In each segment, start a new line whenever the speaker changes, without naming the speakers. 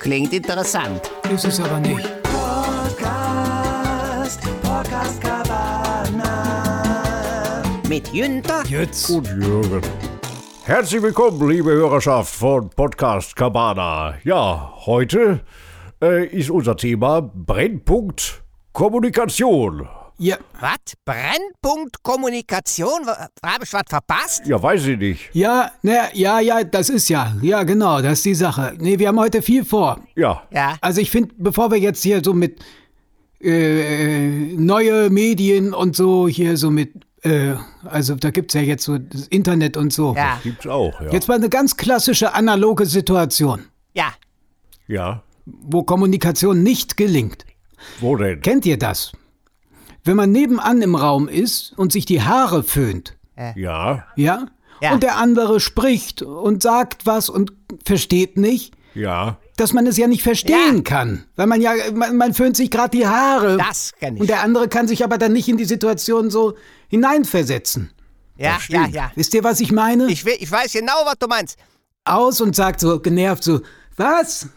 Klingt interessant.
Ist es aber nicht.
Mit Jünter
Jetzt.
und Jürgen. Herzlich willkommen, liebe Hörerschaft von Podcast Cabana. Ja, heute äh, ist unser Thema Brennpunkt Kommunikation.
Ja.
Was? Brennpunkt Kommunikation? Wa- Hab ich was verpasst?
Ja, weiß ich nicht.
Ja, ne, ja, ja, das ist ja. Ja, genau, das ist die Sache. Nee, wir haben heute viel vor.
Ja,
Ja.
Also ich finde, bevor wir jetzt hier so mit äh, neue Medien und so hier so mit, äh, also da gibt's ja jetzt so das Internet und so.
Ja.
gibt's auch. Ja,
Jetzt mal eine ganz klassische analoge Situation,
Ja.
ja.
wo Kommunikation nicht gelingt.
wo denn?
Kennt ihr das? Wenn man nebenan im Raum ist und sich die Haare föhnt,
Ja,
ja?
Ja.
Und der andere spricht und sagt was und versteht nicht,
ja.
dass man es ja nicht verstehen
Ja.
kann. Weil man ja, man, man föhnt sich gerade die Haare.
Das kenn ich.
Und der andere kann sich aber dann nicht in die Situation so hineinversetzen.
Ja, ja, ja.
Wisst ihr, was ich meine?
Ich, we- ich weiß genau, was du meinst.
Aus und sagt so genervt so, was?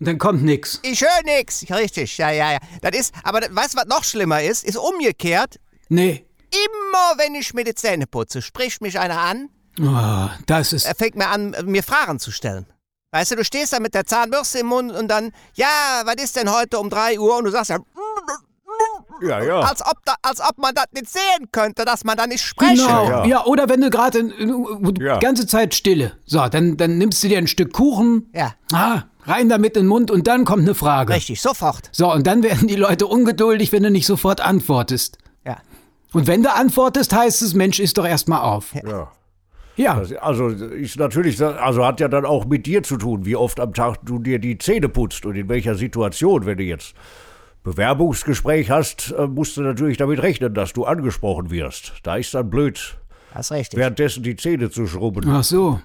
Und dann kommt nix.
Ich höre nix. Richtig, ja, ja, ja. Das ist, aber das, weißt du, was noch schlimmer ist? Ist umgekehrt.
Nee.
Immer wenn ich mir die Zähne putze, spricht mich einer an,
Oh, das ist.
er fängt mir an, mir Fragen zu stellen. Weißt du, du stehst da mit der Zahnbürste im Mund und dann, ja, was ist denn heute um 3 Uhr? Und du sagst ja,
Ja, ja.
als ob, da, als ob man das nicht sehen könnte, dass man da nicht spreche.
Genau.
Ja.
Ja. oder wenn du gerade in- in- die
Ja.
ganze Zeit stille. So, dann, dann nimmst du dir ein Stück Kuchen,
Ja.
ah, rein damit in den Mund und dann kommt eine Frage.
Richtig, sofort.
So, und dann werden die Leute ungeduldig, wenn du nicht sofort antwortest.
Ja.
Und wenn du antwortest, heißt es, Mensch, isst doch erstmal auf.
ja.
Ja,
Das- Also ist natürlich, also hat ja dann auch mit dir zu tun, wie oft am Tag du dir die Zähne putzt und in welcher Situation, wenn du jetzt Bewerbungsgespräch hast, äh, musst du natürlich damit rechnen, dass du angesprochen wirst. Da ist dann blöd,
Das ist richtig.
währenddessen die Zähne zu schrubben
ach so.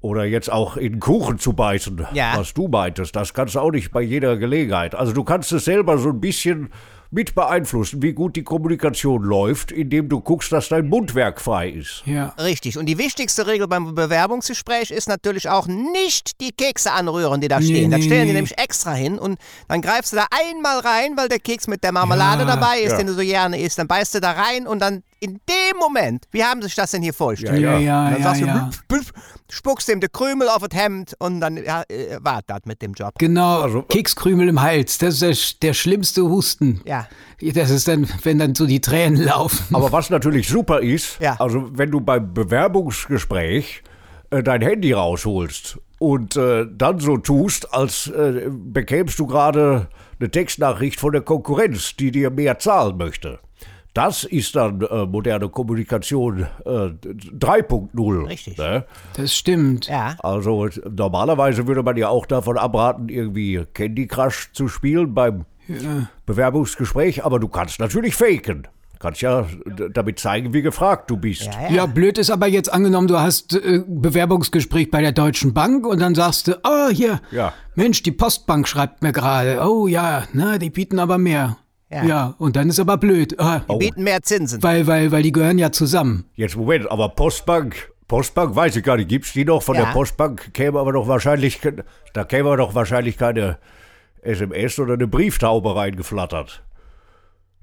oder jetzt auch in den Kuchen zu beißen,
Ja.
was du meintest. Das kannst du auch nicht bei jeder Gelegenheit. Also du kannst es selber so ein bisschen mit beeinflussen, wie gut die Kommunikation läuft, indem du guckst, dass dein Mundwerk frei ist.
Ja.
Richtig. Und die wichtigste Regel beim Bewerbungsgespräch ist natürlich auch nicht die Kekse anrühren, die da stehen. da
nee,
stellen die
nee.
nämlich extra hin und dann greifst du da einmal rein, weil der Keks mit der Marmelade dabei ist,
ja.
den du so gerne isst. Dann beißt du da rein und dann in dem Moment, wie haben sie sich das denn hier vorgestellt?
Ja,
Ja,
ja,
Dann
ja,
sagst du, hm.
ja.
blüff, blüff, spuckst ihm den Krümel auf das Hemd und dann ja, äh, war das mit dem Job.
Genau,
Also-
Kekskrümel im Hals, das ist der, sch- der schlimmste Husten.
Ja.
Das ist dann, wenn dann so die Tränen laufen.
Aber was natürlich super ist,
Ja.
also wenn du beim Bewerbungsgespräch äh, dein Handy rausholst und äh, dann so tust, als äh, bekämst du gerade eine Textnachricht von der Konkurrenz, die dir mehr zahlen möchte. Das ist dann äh, moderne Kommunikation äh, 3.0.
Richtig.
Ne?
Das stimmt.
Ja.
Also äh, normalerweise würde man ja auch davon abraten, irgendwie Candy Crush zu spielen beim Bewerbungsgespräch, aber du kannst natürlich faken. Kannst ja d- damit zeigen, wie gefragt du bist.
Ja. blöd ist aber jetzt angenommen, du hast äh, Bewerbungsgespräch bei der Deutschen Bank und dann sagst du, oh hier,
Ja.
Mensch, die Postbank schreibt mir gerade, oh ja, na, die bieten aber mehr.
Ja.
und dann ist aber blöd, ah,
Bieten mehr Zinsen.
weil, weil, weil die gehören ja zusammen.
Jetzt Moment, aber Postbank, Postbank weiß ich gar nicht, gibt's die noch? Von
Ja.
der Postbank käme aber doch wahrscheinlich, ke- da käme aber doch wahrscheinlich keine SMS oder eine Brieftaube reingeflattert,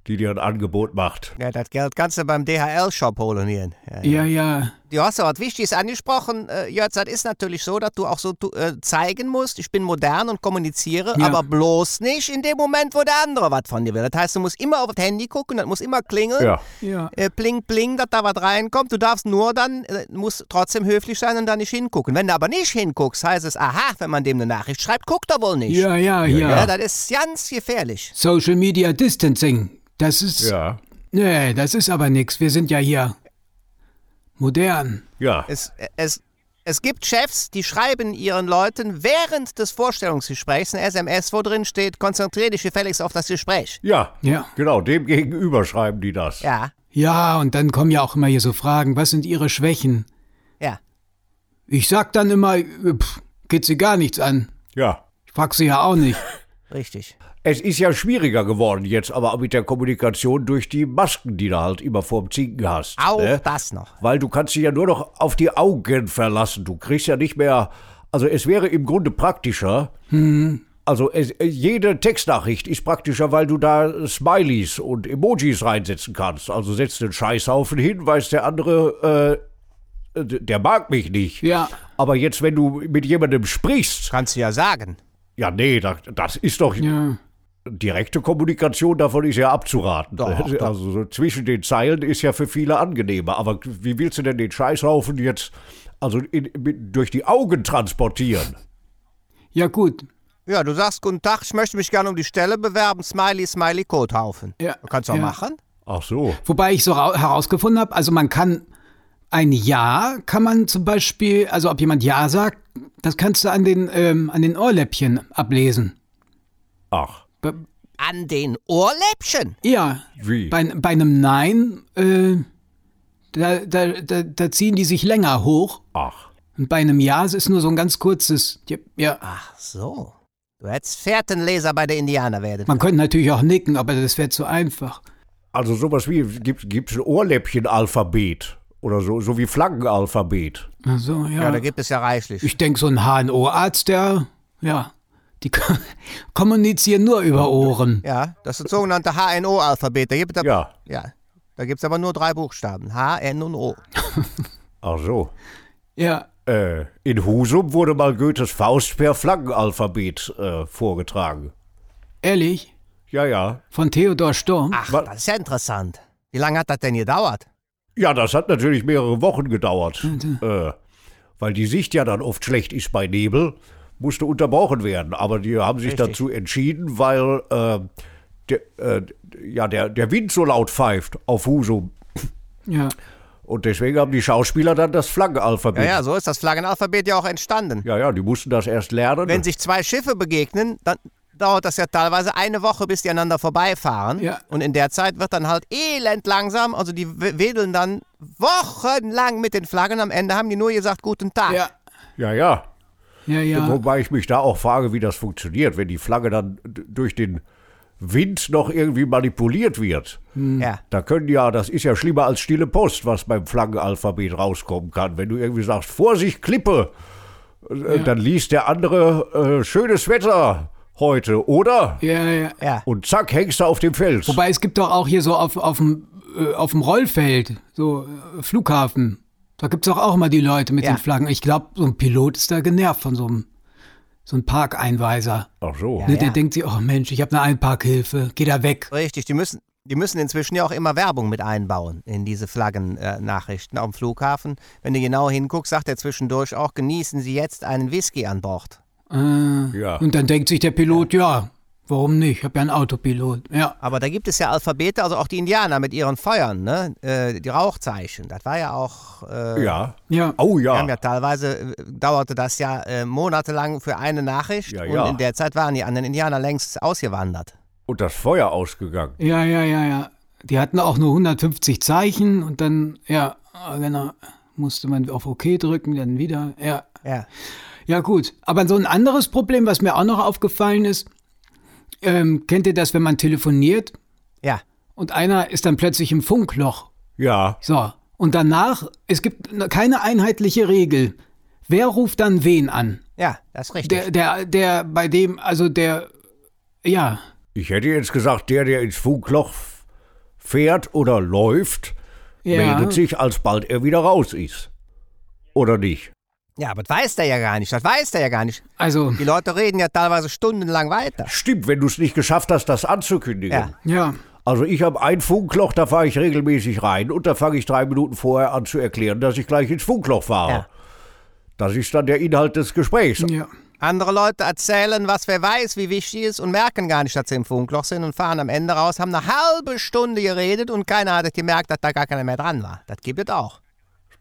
die dir ein Angebot macht.
Ja, das Geld kannst du beim DHL-Shop holen hier. Ja,
Ja, ja,
Du hast ja was Wichtiges angesprochen, äh, Jörg. Das ist natürlich so, dass du auch so tu- äh, zeigen musst, ich bin modern und kommuniziere,
Ja.
aber bloß nicht in dem Moment, wo der andere was von dir will. Das heißt, du musst immer auf das Handy gucken, das muss immer klingeln.
Ja.
ja.
Äh, Pling, pling, dass da was reinkommt. Du darfst nur dann, äh, musst trotzdem höflich sein und da nicht hingucken. Wenn du aber nicht hinguckst, heißt es, aha, wenn man dem eine Nachricht schreibt, guckt er wohl nicht.
Ja, ja, ja.
Ja, das ist ganz gefährlich.
Social Media Distancing, das ist,
Ja.
nee, das ist aber nix, wir sind ja hier modern.
Ja.
Es, es, es gibt Chefs, die schreiben ihren Leuten während des Vorstellungsgesprächs eine SMS, wo drin steht, konzentriere dich gefälligst auf das Gespräch.
Ja.
Ja.
Genau, dem gegenüber schreiben die das.
Ja,
Ja, und dann kommen ja auch immer hier so Fragen, was sind ihre Schwächen?
ja.
Ich sag dann immer, äh, pff, geht sie gar nichts an.
ja.
Ich frag sie ja auch nicht.
Richtig.
Es ist ja schwieriger geworden jetzt, aber mit der Kommunikation durch die Masken, die du halt immer vorm Zinken hast.
Auch
ne?
das noch.
Weil du kannst dich ja nur noch auf die Augen verlassen. Du kriegst ja nicht mehr. Also es wäre im Grunde praktischer, Also es, jede Textnachricht ist praktischer, weil du da Smileys und Emojis reinsetzen kannst. Also setzt den Scheißhaufen hin, weiß der andere, äh, d- der mag mich nicht.
Ja.
Aber jetzt, wenn du mit jemandem sprichst,
Kannst du ja sagen.
ja nee, das, das ist doch
Ja.
direkte Kommunikation, davon ist ja abzuraten.
Doch, doch.
Also so zwischen den Zeilen ist ja für viele angenehmer. Aber wie willst du denn den Scheißhaufen jetzt also in, mit, durch die Augen transportieren?
Ja, gut.
Ja, du sagst, guten Tag, ich möchte mich gerne um die Stelle bewerben. Smiley, Smiley, Kothaufen.
Ja.
Kannst du auch
Ja.
machen.
Ach so.
Wobei ich so rau- herausgefunden habe, also man kann ein Ja kann man zum Beispiel, also ob jemand Ja sagt, das kannst du an den, ähm, an den Ohrläppchen ablesen.
Ach,
Bei,
An den Ohrläppchen.
ja,
wie?
bei, bei einem Nein, äh, da, da, da, da ziehen die sich länger hoch.
Ach.
Und bei einem Ja es ist nur so ein ganz kurzes, ja, ja.
Ach so. Du hättest Fährtenleser bei der Indianer werden.
Man könnte natürlich auch nicken, aber das wäre zu einfach.
Also sowas wie, gibt es ein Ohrläppchen-Alphabet? Oder so, so wie Flaggenalphabet?
Ach so, ja.
Ja, da gibt es ja reichlich.
ich denke, so ein HNO-Arzt, der, ja, die ko- kommunizieren nur über Ohren.
Ja, das ist das sogenannte HNO-Alphabet. Da gibt es
Ja.
Ja, da gibt's aber nur drei Buchstaben. H, N und O.
Ach so.
Ja.
Äh, in Husum wurde mal Goethes Faust per Flaggenalphabet äh, vorgetragen.
Ehrlich?
Ja, ja.
Von Theodor Storm?
Ach,
Was?
das ist ja interessant. Wie lange hat das denn gedauert?
Ja, das hat natürlich mehrere Wochen gedauert. Äh, weil die Sicht ja dann oft schlecht ist bei Nebel, musste unterbrochen werden. Aber die haben sich
Richtig.
dazu entschieden, weil äh, der, äh, ja, der, der Wind so laut pfeift auf Husum.
Ja.
Und deswegen haben die Schauspieler dann das Flaggenalphabet.
Ja, ja, so ist das Flaggenalphabet ja auch entstanden.
ja, ja, die mussten das erst lernen.
Wenn sich zwei Schiffe begegnen, dann dauert das ja teilweise eine Woche, bis die aneinander vorbeifahren.
Ja.
Und in der Zeit wird dann halt elend langsam, also die we- wedeln dann wochenlang mit den Flaggen. Am Ende haben die nur gesagt, guten Tag.
Ja.
ja, ja.
Ja, ja.
Wobei ich mich da auch frage, wie das funktioniert, wenn die Flagge dann d- durch den Wind noch irgendwie manipuliert wird.
Ja.
Da können ja, das ist ja schlimmer als stille Post, was beim Flaggenalphabet rauskommen kann. Wenn du irgendwie sagst, Vorsicht, Klippe, äh, dann liest der andere, äh, schönes Wetter heute, oder?
Ja, ja.
ja.
Und zack, hängst du auf dem Fels.
Wobei es gibt doch auch hier so auf, auf, dem, äh, auf dem Rollfeld, so äh, Flughafen. Da gibt es doch auch immer die Leute mit
Ja.
den Flaggen. Ich glaube, so ein Pilot ist da genervt von so einem, so einem Parkeinweiser.
Ach so.
Ne,
Ja.
Der denkt sich, oh Mensch, ich habe eine Einparkhilfe, geh da weg.
Richtig, die müssen, die müssen inzwischen ja auch immer Werbung mit einbauen in diese Flaggennachrichten äh, Nachrichten am Flughafen. Wenn du genau hinguckst, sagt er zwischendurch auch, genießen Sie jetzt einen Whisky an Bord.
Äh,
Ja.
Und dann denkt sich der Pilot, ja, warum nicht? Ich habe ja einen Autopilot. Ja.
Aber da gibt es ja Alphabete, also auch die Indianer mit ihren Feuern, ne? äh, die Rauchzeichen. Das war ja auch. Äh,
Ja.
Ja.
Oh
Wir
ja.
haben ja teilweise, äh, dauerte das ja äh, monatelang für eine Nachricht.
Ja, ja.
Und in der Zeit waren die anderen Indianer längst ausgewandert.
Und das Feuer ausgegangen.
Ja, ja, ja, ja. Die hatten auch nur 150 Zeichen und dann, ja, genau, musste man auf OK drücken, dann wieder, ja.
Ja.
Ja, gut. Aber so ein anderes Problem, was mir auch noch aufgefallen ist, ähm, kennt ihr das, wenn man telefoniert
Ja.
und einer ist dann plötzlich im Funkloch?
Ja.
So. Und danach, es gibt keine einheitliche Regel. Wer ruft dann wen an?
Ja, das ist richtig.
Der, der, der, bei dem, also der, ja,
Ich hätte jetzt gesagt, der, der ins Funkloch f- fährt oder läuft,
ja.
meldet sich, als bald er wieder raus ist. Oder nicht?
ja, aber das weiß der ja gar nicht. Das weiß der ja gar nicht.
Also,
Die Leute reden ja teilweise stundenlang weiter.
Stimmt, wenn du es nicht geschafft hast, das anzukündigen.
Ja.
ja.
Also ich habe ein Funkloch, da fahre ich regelmäßig rein und da fange ich drei Minuten vorher an zu erklären, dass ich gleich ins Funkloch fahre.
Ja. Hm.
Das ist dann der Inhalt des Gesprächs.
Ja.
Andere Leute erzählen, was wer weiß, wie wichtig ist und merken gar nicht, dass sie im Funkloch sind und fahren am Ende raus, haben eine halbe Stunde geredet und keiner hat gemerkt, dass da gar keiner mehr dran war. Das gibt es auch.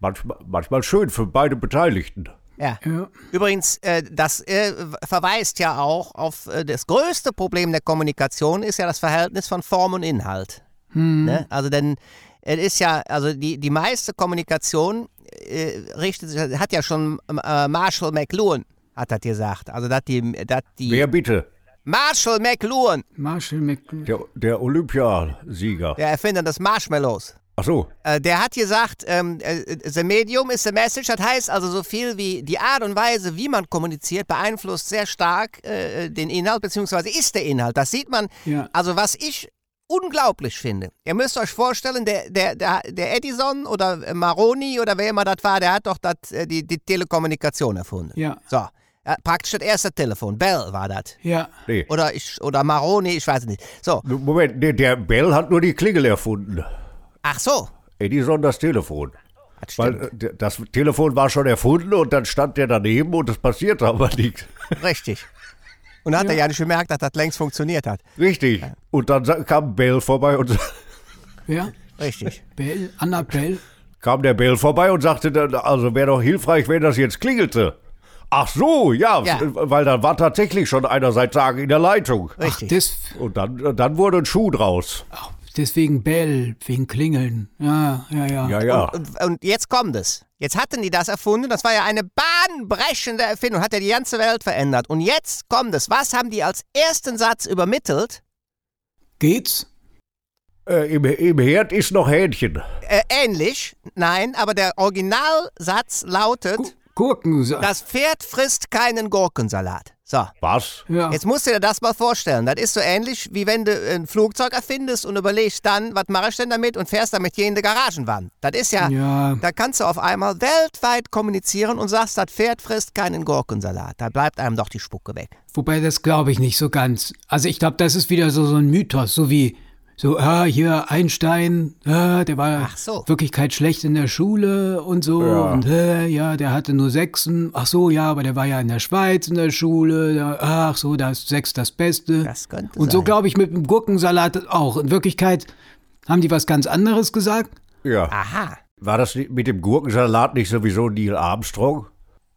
Manchmal, manchmal schön für beide Beteiligten.
Ja.
ja.
Übrigens, äh, das äh, verweist ja auch auf äh, das größte Problem der Kommunikation ist ja das Verhältnis von Form und Inhalt. Ne? Also denn es ist ja, also die, die meiste Kommunikation äh, richtet sich, hat ja schon äh, Marshall McLuhan hat das gesagt. Also dass die, dass die
Wer bitte?
Marshall McLuhan
Marshall McLuhan.
Der, der Olympiasieger.
Der Erfinder des Marshmallows.
Ach so.
Äh, der hat gesagt, ähm, äh, the medium is the message. Das heißt also so viel wie die Art und Weise, wie man kommuniziert, beeinflusst sehr stark äh, den Inhalt, beziehungsweise ist der Inhalt. Das sieht man.
Ja.
Also was ich unglaublich finde. Ihr müsst euch vorstellen, der, der, der, der Edison oder äh, Maroni oder wer immer das war, der hat doch das, äh, die, die Telekommunikation erfunden.
Ja.
So. Ja, Praktisch das erste Telefon. Bell war das.
Ja.
Nee.
Oder ich oder Maroni, ich weiß nicht. So.
Moment, nee, der Bell hat nur die Klingel erfunden.
Ach so.
Edison das Telefon.
Das
Weil
stimmt.
äh, d- das Telefon war schon erfunden und dann stand der daneben und es passierte aber nichts.
Richtig. Und da hat er ja nicht gemerkt, dass das längst funktioniert hat.
Richtig. Und dann sa- kam Bell vorbei und
Wer?
Richtig.
Bell? Anna Bell?
kam der Bell vorbei und sagte dann, also wäre doch hilfreich, wenn das jetzt klingelte. Ach so, ja,
Ja.
weil dann war tatsächlich schon einer seit Tagen in der Leitung.
Ach,
Richtig.
des,
Und dann, dann wurde ein Schuh draus.
ach, deswegen Bell, wegen Klingeln. Ja, ja, ja.
Ja, ja.
Ah, Und, und jetzt kommt es. Jetzt hatten die das erfunden. Das war ja eine bahnbrechende Erfindung. Hat ja die ganze Welt verändert. Und jetzt kommt es. Was haben die als ersten Satz übermittelt?
Geht's?
Äh, im, Im Herd ist noch Hähnchen.
Äh, ähnlich. Nein, aber der Originalsatz lautet:
Gu Gurken.
Das Pferd frisst keinen Gurkensalat. So.
Was?
ja.
Jetzt musst du dir das mal vorstellen. Das ist so ähnlich, wie wenn du ein Flugzeug erfindest und überlegst dann, was mache ich denn damit und fährst damit hier in die Garagenwand. Das ist ja,
ja.
da kannst du auf einmal weltweit kommunizieren und sagst, das Pferd frisst keinen Gurkensalat. Da bleibt einem doch die Spucke weg.
Wobei das glaube ich nicht so ganz. Also ich glaube, das ist wieder so, so ein Mythos, so wie so, ah, hier Einstein, ah, der war
Ach so.
Wirklichkeit schlecht in der Schule und so.
Ja.
Und äh, ja, der hatte nur Sechsen. Ach so, ja, aber der war ja in der Schweiz in der Schule. Da, ach so, da ist Sechs das Beste.
Das könnte
und so
sein.
glaube ich mit dem Gurkensalat auch. In Wirklichkeit haben die was ganz anderes gesagt.
Ja.
Aha.
War das nicht- mit dem Gurkensalat nicht sowieso Neil Armstrong?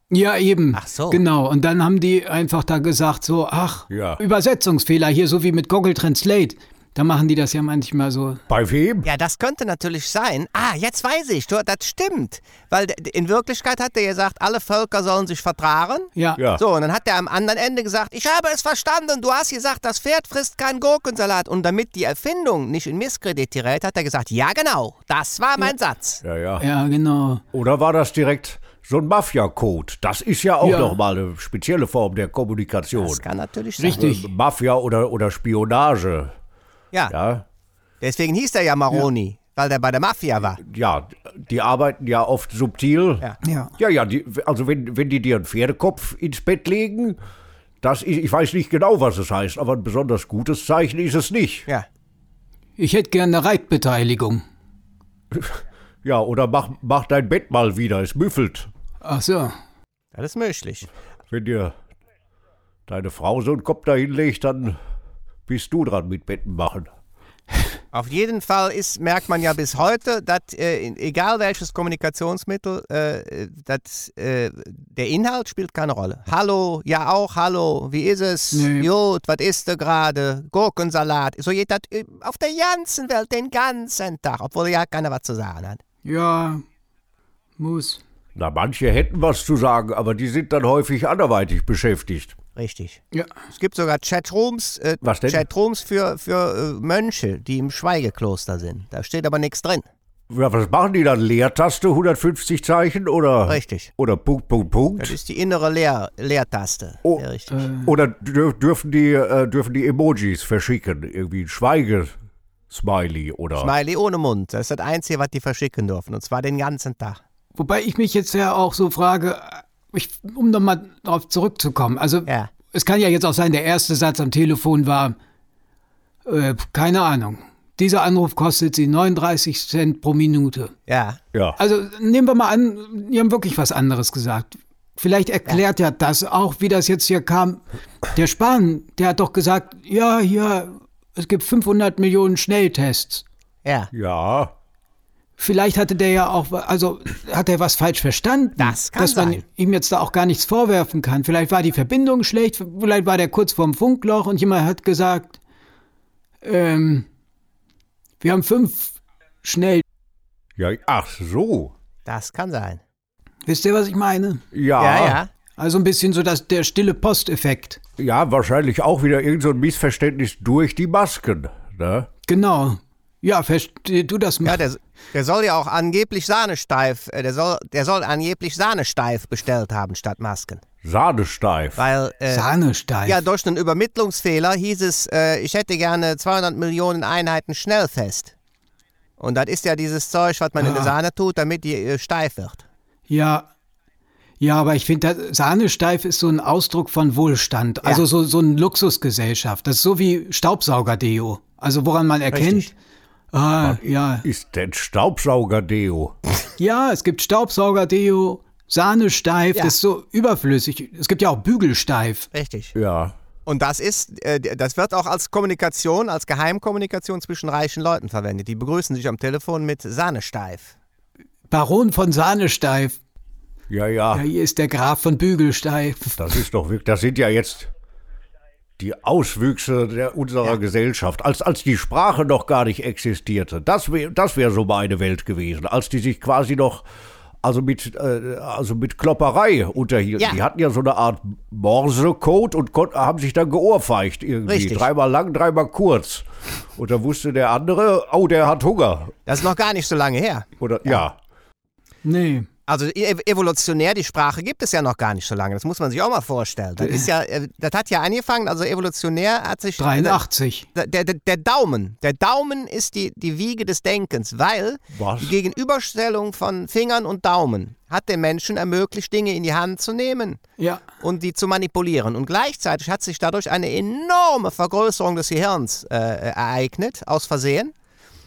Ja, eben.
Ach so.
Genau. Und dann haben die einfach da gesagt, so, ach,
Ja.
Übersetzungsfehler hier, so wie mit Google Translate. Da machen die das ja manchmal so.
Bei wem?
Ja, das könnte natürlich sein. Ah, jetzt weiß ich, du, das stimmt. Weil d- in Wirklichkeit hat er gesagt, alle Völker sollen sich vertragen.
Ja.
Ja.
So, und dann hat er am anderen Ende gesagt, ich habe es verstanden, du hast gesagt, das Pferd frisst keinen Gurkensalat. Und damit die Erfindung nicht in Misskredit gerät, hat er gesagt, ja genau, das war mein Satz.
Ja, ja.
Ja, genau.
Oder war das direkt so ein Mafia-Code? Das ist ja auch
Ja.
nochmal eine spezielle Form der Kommunikation.
Das kann natürlich sein.
Richtig.
Äh, Mafia oder, oder Spionage.
Ja,
Ja?
deswegen hieß er ja Maroni, weil der bei der Mafia war.
ja, die arbeiten ja oft subtil.
Ja.
Ja.
Ja, ja, die, also wenn, wenn die dir einen Pferdekopf ins Bett legen, das ist, ich weiß nicht genau, was es heißt, aber ein besonders gutes Zeichen ist es nicht.
Ja.
Ich hätte gerne eine Reitbeteiligung.
Ja, oder mach, mach dein Bett mal wieder, es müffelt.
Ach so.
Das ist möglich.
Wenn dir deine Frau so einen Kopf dahin legt, dann bist du dran mit Betten machen.
Auf jeden Fall ist, merkt man ja bis heute, dass äh, in- egal welches Kommunikationsmittel, äh, dass, äh, der Inhalt spielt keine Rolle. Hallo, ja auch, hallo, wie ist es?
Nee.
Jod, was isst du gerade? Gurkensalat. So geht das äh, auf der ganzen Welt den ganzen Tag, obwohl ja keiner was zu sagen hat.
Ja. Muss.
Na, manche hätten was zu sagen, aber die sind dann häufig anderweitig beschäftigt.
Richtig.
Ja.
Es gibt sogar Chatrooms, äh,
Was denn?
Chatrooms für, für äh, Mönche, die im Schweigekloster sind. Da steht aber nichts drin.
Ja, was machen die dann? Leertaste, 150 Zeichen oder,
Richtig.
oder Punkt, Punkt,
Das
Punkt?
ist die innere Leer Leertaste.
Oh,
ja, richtig.
Oder dür dürfen, die, äh, dürfen die Emojis verschicken? Irgendwie ein Schweige-Smiley oder...
Smiley ohne Mund. Das ist das Einzige, was die verschicken dürfen. Und zwar den ganzen Tag.
Wobei ich mich jetzt ja auch so frage, ich, um nochmal darauf zurückzukommen. Also,
Ja.
es kann ja jetzt auch sein, der erste Satz am Telefon war, äh, keine Ahnung. Dieser Anruf kostet Sie 39 Cent pro Minute.
Ja.
ja.
Also nehmen wir mal an, die haben wirklich was anderes gesagt. Vielleicht erklärt ja. das auch, wie das jetzt hier kam. Der Spahn, der hat doch gesagt, ja, hier, es gibt 500 Millionen Schnelltests.
Ja.
ja.
Vielleicht hatte der ja auch, also hat er was falsch verstanden.
Das kann
dass man
sein.
ihm jetzt da auch gar nichts vorwerfen kann. Vielleicht war die Verbindung schlecht, vielleicht war der kurz vorm Funkloch und jemand hat gesagt, ähm, wir haben fünf schnell.
Ja, ach so.
Das kann sein.
Wisst ihr, was ich meine?
Ja,
Ja, ja.
Also ein bisschen so das, der stille Posteffekt.
Ja, wahrscheinlich auch wieder irgend so ein Missverständnis durch die Masken. Ne?
Genau. Ja, versteh du das mal.
Ja, der, der soll ja auch angeblich Sahnesteif, äh, der soll, der soll angeblich Sahnesteif bestellt haben statt Masken.
Sadesteif.
Weil, äh,
Sahnesteif.
ja, durch einen Übermittlungsfehler hieß es, äh, ich hätte gerne 200 Millionen Einheiten schnell fest. Und das ist ja dieses Zeug, was man in der Sahne tut, damit die äh, steif wird.
Ja. Ja, aber ich finde, Sahnesteif ist so ein Ausdruck von Wohlstand. Also so, so eine Luxusgesellschaft. Das ist so wie Staubsaugerdeo. Also woran man erkennt.
Richtig.
Ah, ja.
Ist denn Staubsaugerdeo?
Ja, es gibt Staubsaugerdeo, Sahnesteif,
Ja.
das ist so überflüssig. Es gibt ja auch Bügelsteif.
Richtig.
Ja.
Und das ist, äh, das wird auch als Kommunikation, als Geheimkommunikation zwischen reichen Leuten verwendet. Die begrüßen sich am Telefon mit Sahnesteif.
Baron von Sahnesteif.
Ja, ja.
Ja, hier ist der Graf von Bügelsteif.
Das ist doch wirklich, das sind ja jetzt die Auswüchse der, unserer Gesellschaft, als, als die Sprache noch gar nicht existierte. Das wäre das wär so meine Welt gewesen, als die sich quasi noch also mit, äh, also mit Klopperei unterhielten.
Ja.
Die hatten ja so eine Art Morsecode und kon- haben sich dann geohrfeicht irgendwie.
Richtig.
Dreimal lang, dreimal kurz. Und da wusste der andere, oh, der hat Hunger.
Das ist noch gar nicht so lange her.
Oder ja.
Nee.
Also e- evolutionär, die Sprache gibt es ja noch gar nicht so lange. Das muss man sich auch mal vorstellen. Das, ist ja, äh, das hat ja angefangen, also evolutionär hat sich... äh,
83.
Der, der, der Daumen. Der Daumen ist die, die Wiege des Denkens, weil
Was?
die Gegenüberstellung von Fingern und Daumen hat dem Menschen ermöglicht, Dinge in die Hand zu nehmen
Ja.
und die zu manipulieren. Und gleichzeitig hat sich dadurch eine enorme Vergrößerung des Gehirns äh, ereignet, aus Versehen.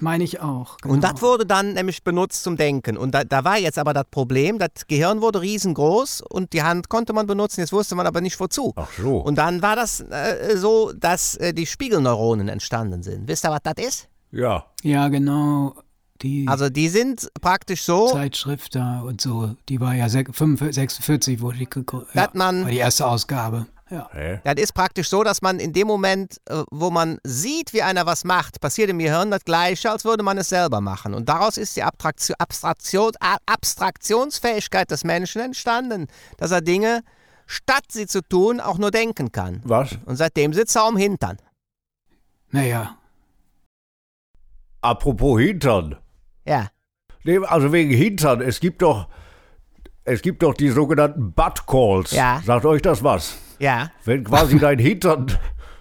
Meine ich auch. Genau.
Und das wurde dann nämlich benutzt zum Denken. Und da, da war jetzt aber das Problem, das Gehirn wurde riesengroß und die Hand konnte man benutzen, jetzt wusste man aber nicht wozu.
Ach so.
Und dann war das äh, so, dass äh, die Spiegelneuronen entstanden sind. Wisst ihr, was das ist?
Ja.
ja, genau. Die
Also die sind praktisch so,
Zeitschrift da und so, die war ja sech- 45, 46 wurde die gegründet. Ja,
Das man-
war die erste Ausgabe. Ja.
Hä?
das ist praktisch so, dass man in dem Moment, äh, wo man sieht, wie einer was macht, passiert im Gehirn das Gleiche, als würde man es selber machen. Und daraus ist die Abtraktion, Abstraktion, A- Abstraktionsfähigkeit des Menschen entstanden, dass er Dinge, statt sie zu tun, auch nur denken kann.
Was?
Und seitdem sitzt er am Hintern.
Naja.
Apropos Hintern.
Ja.
Nee, also wegen Hintern. Es gibt doch, es gibt doch die sogenannten Butt Calls.
Ja.
Sagt euch das was?
Ja.
Wenn quasi dein Hintern,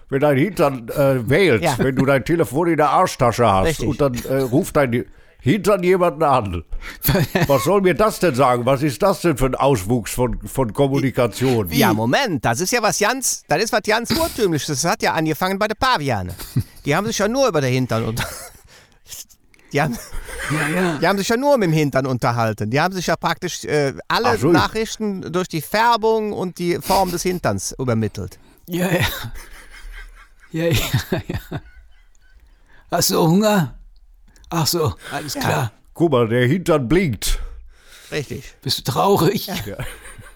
wenn dein Hintern äh, wählt,
Ja.
wenn du dein Telefon in der Arschtasche hast
Richtig.
und dann äh, ruft dein Hintern jemanden an. Was soll mir das denn sagen? Was ist das denn für ein Auswuchs von, von Kommunikation?
Ja, Moment, das ist ja was ganz, das ist was ganz Urtümliches. Das hat ja angefangen bei den Pavianen. Die haben sich ja nur über den Hintern unter. Die haben,
Ja, ja.
die haben sich ja nur mit dem Hintern unterhalten. Die haben sich ja praktisch äh, alle
Ach so.
Nachrichten durch die Färbung und die Form des Hinterns übermittelt.
Ja, ja. Ja, ja, ja. Hast du Hunger? Ach so, alles klar.
Guck mal, der Hintern blinkt.
Richtig.
Bist du traurig?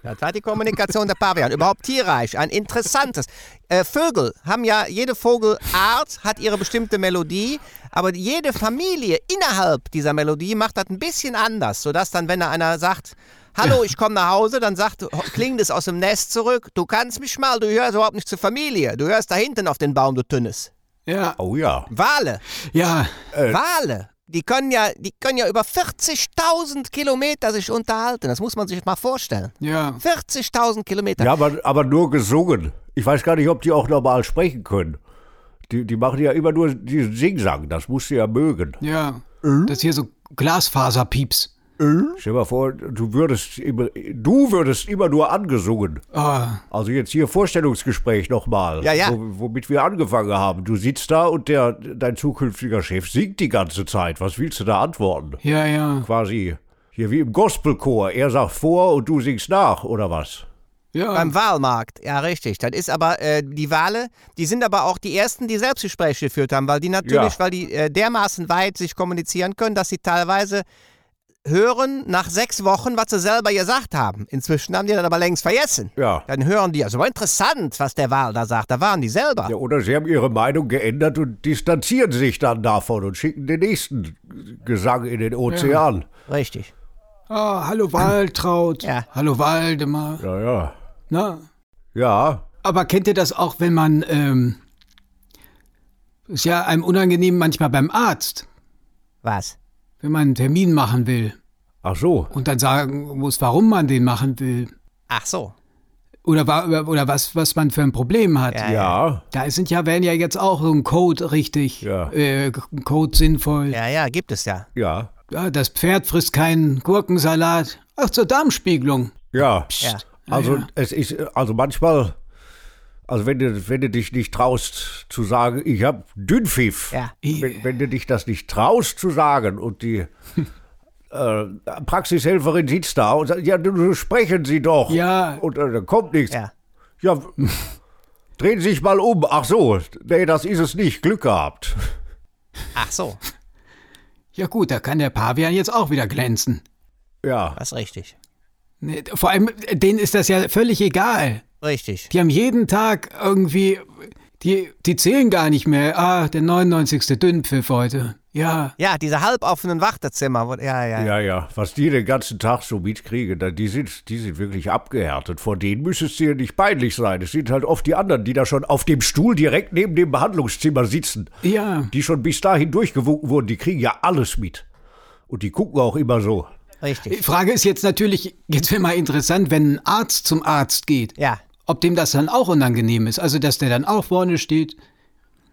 Das war die Kommunikation der Pavian. Überhaupt tierreich, ein interessantes. Äh, Vögel haben ja, jede Vogelart hat ihre bestimmte Melodie, aber jede Familie innerhalb dieser Melodie macht das ein bisschen anders, sodass dann, wenn da einer sagt, Hallo, ich komme nach Hause, dann sagt, klingt es aus dem Nest zurück, du kannst mich mal, du gehörst überhaupt nicht zur Familie, du hörst da hinten auf den Baum, du Tünnes.
Ja,
Oh ja.
Wale,
ja,
Äh,
Wale, die können ja, die können ja über 40.000 Kilometer sich unterhalten, das muss man sich mal vorstellen.
ja.
40.000 Kilometer.
Ja, aber, aber nur gesungen. Ich weiß gar nicht, ob die auch normal sprechen können. Die, die machen ja immer nur diesen Singsang. Das musst du ja mögen.
Ja.
Mhm.
Das hier so Glasfaserpieps.
Hm?
Stell dir mal vor, du würdest immer, du würdest immer nur angesungen.
Ah,
Also jetzt hier Vorstellungsgespräch nochmal,
Ja, ja.
Wo, womit wir angefangen haben. Du sitzt da und der, dein zukünftiger Chef singt die ganze Zeit. Was willst du da antworten?
ja, ja.
Quasi hier wie im Gospelchor. Er sagt vor und du singst nach, oder was?
Ja,
Beim Wahlmarkt, ja richtig. Das ist aber äh, die Wale, die sind aber auch die ersten, die Selbstgespräche geführt haben, weil die natürlich,
Ja.
weil die äh, dermaßen weit sich kommunizieren können, dass sie teilweise hören nach sechs Wochen, was sie selber gesagt haben. Inzwischen haben die das aber längst vergessen.
Ja.
Dann hören die, also war interessant, was der Wal da sagt. Da waren die selber.
Ja, oder sie haben ihre Meinung geändert und distanzieren sich dann davon und schicken den nächsten Gesang in den Ozean.
Richtig.
ah, hallo Waltraud.
Ja.
Hallo Waldemar.
Ja, ja.
Na,
Ja,
Aber kennt ihr das auch, wenn man, ähm, ist ja einem unangenehm manchmal beim Arzt,
Was?
wenn man einen Termin machen will
Ach so.
und dann sagen muss, warum man den machen will
Ach so.
oder, wa- oder was, was man für ein Problem hat.
Ja,
Ja.
Da sind ja, werden ja jetzt auch so ein Code richtig,
Ja.
äh, ein Code sinnvoll.
Ja, ja, gibt es ja.
Ja.
Ja, das Pferd frisst keinen Gurkensalat. Ach, zur Darmspiegelung.
Ja.
Ja.
Also es ist also manchmal, also wenn du, wenn du dich nicht traust zu sagen, ich habe Dünnpfiff,
Ja.
wenn, wenn du dich das nicht traust zu sagen und die äh, Praxishelferin sitzt da und sagt, ja, nun sprechen Sie doch.
Ja.
Und äh, da kommt nichts.
Ja.
Ja, drehen Sie sich mal um. Ach so, nee, das ist es nicht. Glück gehabt.
Ach so.
Ja gut, da kann der Pavian jetzt auch wieder glänzen.
Ja,
Das ist richtig.
Nee, Vor allem, äh, denen ist das ja völlig egal.
Richtig.
Die haben jeden Tag irgendwie, die, die zählen gar nicht mehr. Ah, der 99. Dünnpfiff heute. Ja,
Ja, diese halboffenen Wartezimmer. wo- Ja, ja, ja.
ja, ja. Was die den ganzen Tag so mitkriegen, da- die sind, die sind wirklich abgehärtet. Vor denen müsste es dir nicht peinlich sein. Es sind halt oft die anderen, die da schon auf dem Stuhl direkt neben dem Behandlungszimmer sitzen,
ja.
die schon bis dahin durchgewunken wurden. Die kriegen ja alles mit. Und die gucken auch immer so.
Richtig.
Die Frage ist jetzt natürlich, jetzt wäre mal interessant, wenn ein Arzt zum Arzt geht,
Ja.
ob dem das dann auch unangenehm ist. Also, dass der dann auch vorne steht.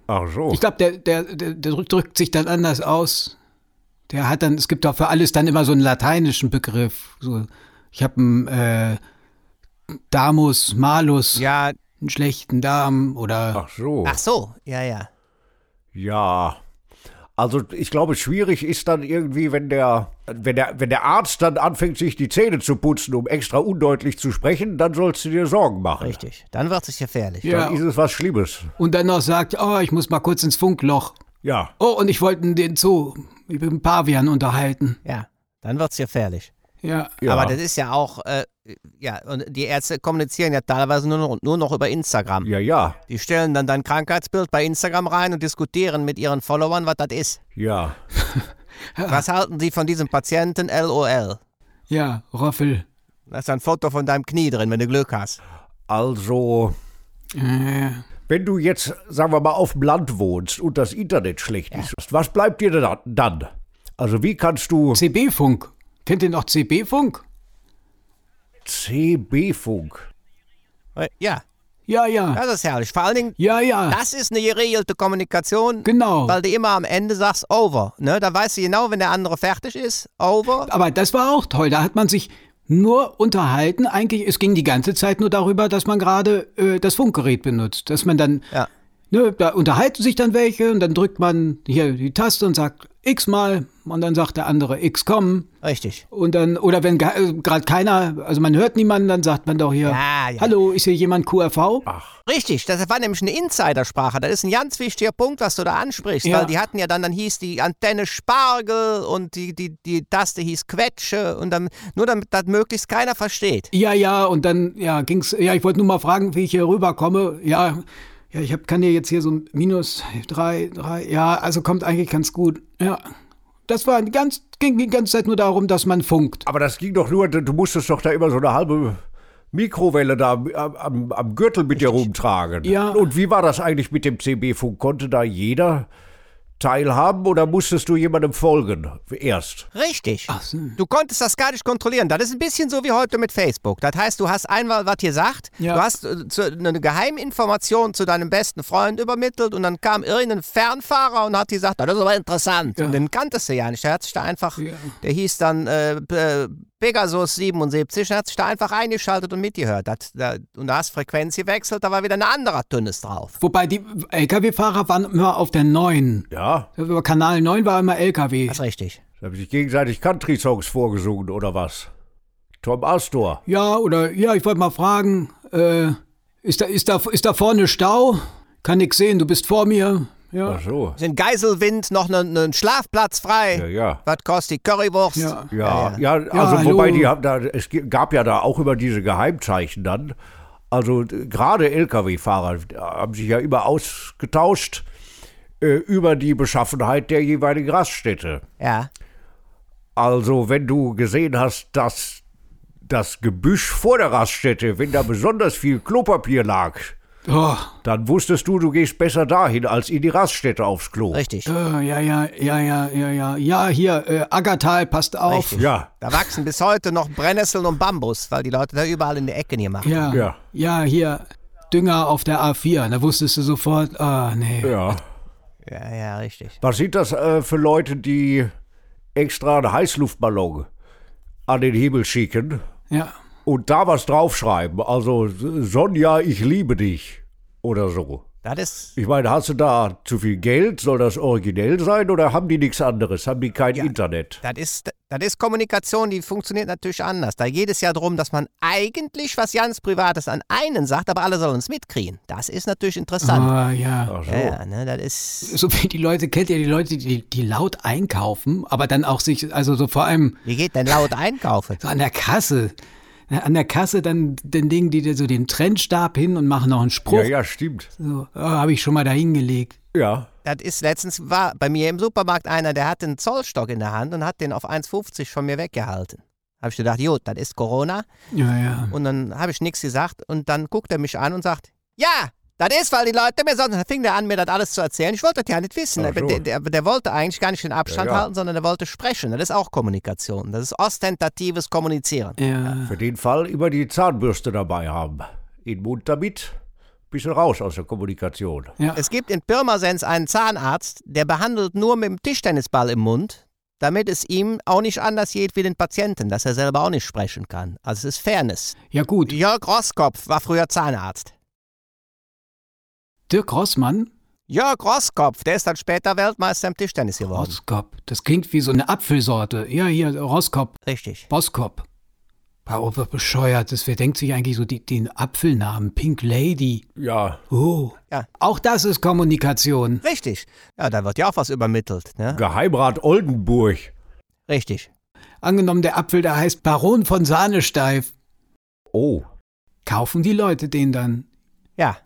Ach so.
Ich glaube, der, der, der, der drückt- drückt sich dann anders aus. Der hat dann, es gibt auch für alles dann immer so einen lateinischen Begriff. So, ich habe einen äh, Damus, Malus,
Ja,
einen schlechten Darm oder
Ach so.
ach so. Ja, ja.
Ja. Also ich glaube, schwierig ist dann irgendwie, wenn der, wenn der, wenn der Arzt dann anfängt, sich die Zähne zu putzen, um extra undeutlich zu sprechen, dann sollst du dir Sorgen machen.
Richtig. Dann wird es gefährlich.
Ja.
Dann ist es was Schlimmes.
und dann noch sagt, oh, ich muss mal kurz ins Funkloch.
Ja.
Oh, und ich wollte den Zoo mit dem Pavian unterhalten.
Ja. Dann wird es gefährlich.
Ja.
ja.
Aber das ist ja auch, äh, ja, und die Ärzte kommunizieren ja teilweise nur noch, nur noch über Instagram.
ja, ja,
Die stellen dann dein Krankheitsbild bei Instagram rein und diskutieren mit ihren Followern, was das ist.
ja.
Was halten sie von diesem Patienten LOL?
Ja, Roffel.
Da ist ein Foto von deinem Knie drin, wenn du Glück hast.
Also,
Äh,
wenn du jetzt, sagen wir mal, auf dem Land wohnst und das Internet schlecht ist, was bleibt dir denn dann? Also wie kannst du
CB-Funk. Kennt ihr noch CB-Funk?
CB-Funk?
Äh, Ja,
Ja, ja.
das ist herrlich. Vor allen Dingen,
Ja, ja.
das ist eine geregelte Kommunikation,
Genau.
weil du immer am Ende sagst, over. Ne? Da weißt du genau, wenn der andere fertig ist, over.
Aber das war auch toll. Da hat man sich nur unterhalten. Eigentlich, es ging die ganze Zeit nur darüber, dass man gerade äh, das Funkgerät benutzt. Dass man dann,
Ja,
ne, da unterhalten sich dann welche und dann drückt man hier die Taste und sagt X mal und dann sagt der andere X kommen.
richtig.
Und dann, oder wenn ge- äh, gerade keiner, also man hört niemanden, dann sagt man doch hier,
Ja, ja.
hallo, ist hier jemand QRV?
Richtig, das war nämlich eine Insidersprache. Das ist ein ganz wichtiger Punkt, was du da ansprichst.
Ja.
Weil die hatten ja dann, dann hieß die Antenne Spargel und die, die, die Taste hieß Quetsche und dann, nur damit das möglichst keiner versteht.
Ja, ja, und dann ja, ging's. Ja, ich wollte nur mal fragen, wie ich hier rüberkomme. Ja, ja, ich hab, kann hier jetzt hier so ein minus drei, drei. Ja, also kommt eigentlich ganz gut. Ja, das war die ganz, ging die ganze Zeit nur darum, dass man funkt.
Aber das ging doch nur, du du musstest doch da immer so eine halbe Mikrowelle da am- am, am Gürtel mit dir rumtragen.
Ja.
Und wie war das eigentlich mit dem CB-Funk? Konnte da jeder teilhaben oder musstest du jemandem folgen erst?
Richtig.
so.
Du konntest das gar nicht kontrollieren. Das ist ein bisschen so wie heute mit Facebook. Das heißt, du hast einmal was hier sagt,
Ja.
du hast äh, zu, eine Geheiminformation zu deinem besten Freund übermittelt und dann kam irgendein Fernfahrer und hat gesagt, "Ah, das ist aber interessant. Und den kanntest du ja nicht. Der hat sich da einfach, der hieß dann äh, P- Pegasus 77, der hat sich da einfach eingeschaltet und mitgehört. Das, da, und da hast Frequenz gewechselt, da war wieder ein anderer Tünnes drauf.
Wobei die LKW-Fahrer waren immer auf der 9.
Ja,
Über Kanal 9 war immer LKW.
Das ist richtig.
da haben sich gegenseitig Country-Songs vorgesungen oder was? Tom Astor.
Ja, oder ja, ich wollte mal fragen, äh, ist da, ist da, ist da vorne Stau? Kann nix sehen, du bist vor mir. Ja.
Ach so.
Sind Geiselwind noch einen einen Schlafplatz frei?
Ja, ja.
Was kostet die Currywurst?
Ja.
Ja, ja, also
hallo.
wobei die haben da, es g- gab ja da auch immer diese Geheimzeichen dann. Also d- gerade Lkw-Fahrer haben sich ja immer ausgetauscht äh, über die Beschaffenheit der jeweiligen Raststätte.
ja.
Also wenn du gesehen hast, dass das Gebüsch vor der Raststätte, wenn da besonders viel Klopapier lag,
Oh,
Dann wusstest du, du gehst besser dahin als in die Raststätte aufs Klo.
Richtig.
äh, ja, ja, ja, ja, ja, ja. Ja, hier, äh, Aggertal, passt auf.
Richtig.
Ja,
Da wachsen bis heute noch Brennnesseln und Bambus, weil die Leute da überall in die Ecken hier machen.
Ja, ja,
Ja.
hier, Dünger auf der A4. Da wusstest du sofort, ah, nee.
ja.
Ja, ja, richtig.
Was sind das äh, für Leute, die extra einen Heißluftballon an den Himmel schicken
Ja.
und da was draufschreiben? Also, Sonja, ich liebe dich oder so.
Das ist.
Ich meine, hast du da zu viel Geld? Soll das originell sein oder haben die nichts anderes? Haben die kein Internet?
Das ist, das ist Kommunikation, die funktioniert natürlich anders. Da geht es ja darum, dass man eigentlich was ganz Privates an einen sagt, aber alle sollen es mitkriegen. Das ist natürlich interessant.
Ah, ja.
Ach so.
Ja, ja, ne, das ist.
So wie die Leute, kennt ihr die Leute, die, die laut einkaufen, aber dann auch sich, also so vor allem
Wie geht denn laut einkaufen?
so an der Kasse, an der Kasse dann, dann legen die dir so den Trendstab hin und machen noch einen Spruch.
ja, ja, stimmt.
So, oh, habe ich schon mal da hingelegt.
Ja.
Das ist letztens war bei mir im Supermarkt einer, der hat einen Zollstock in der Hand und hat den auf 1,50 von mir weggehalten. Habe ich gedacht, gut, das ist Corona.
Ja, ja.
Und dann habe ich nichts gesagt und dann guckt er mich an und sagt, ja, das ist, weil die Leute mir sonst... Dann fing der an, mir das alles zu erzählen. Ich wollte das ja nicht wissen.
Ach
Aber
so.
der, der, der wollte eigentlich gar nicht den Abstand
Ja, ja.
halten, sondern der wollte sprechen. Das ist auch Kommunikation. Das ist ostentatives Kommunizieren.
Ja.
Für den Fall immer die Zahnbürste dabei haben. In den Mund damit, bisschen raus aus der Kommunikation.
Ja.
Es gibt in Pirmasens einen Zahnarzt, der behandelt nur mit dem Tischtennisball im Mund, damit es ihm auch nicht anders geht wie den Patienten, dass er selber auch nicht sprechen kann. Also es ist Fairness.
ja, gut.
Jörg Roskopf war früher Zahnarzt.
Dirk Rossmann,
Jörg Roskopf, der ist dann später Weltmeister im Tischtennis geworden.
Rosskopf. Das klingt wie so eine Apfelsorte. Ja, hier, Rosskopf,
Richtig.
Boskop. Wow, was bescheuertes. Wer denkt sich eigentlich so die, den Apfelnamen? Pink Lady.
Ja,
Oh.
Ja.
Auch das ist Kommunikation.
Richtig. Ja, da wird ja auch was übermittelt. Ne?
Geheimrat Oldenburg.
Richtig.
Angenommen, der Apfel, der heißt Baron von Sahnesteif.
Oh,
Kaufen die Leute den dann?
Ja.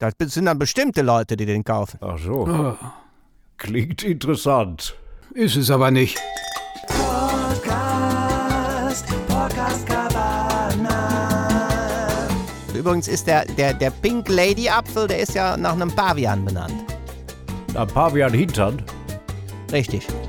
Das sind dann bestimmte Leute, die den kaufen.
ach so.
Oh,
Klingt interessant.
ist es aber nicht.
Übrigens ist der, der, der Pink Lady Apfel, der ist ja nach einem Pavian benannt.
Am Pavian Hintern.
Richtig.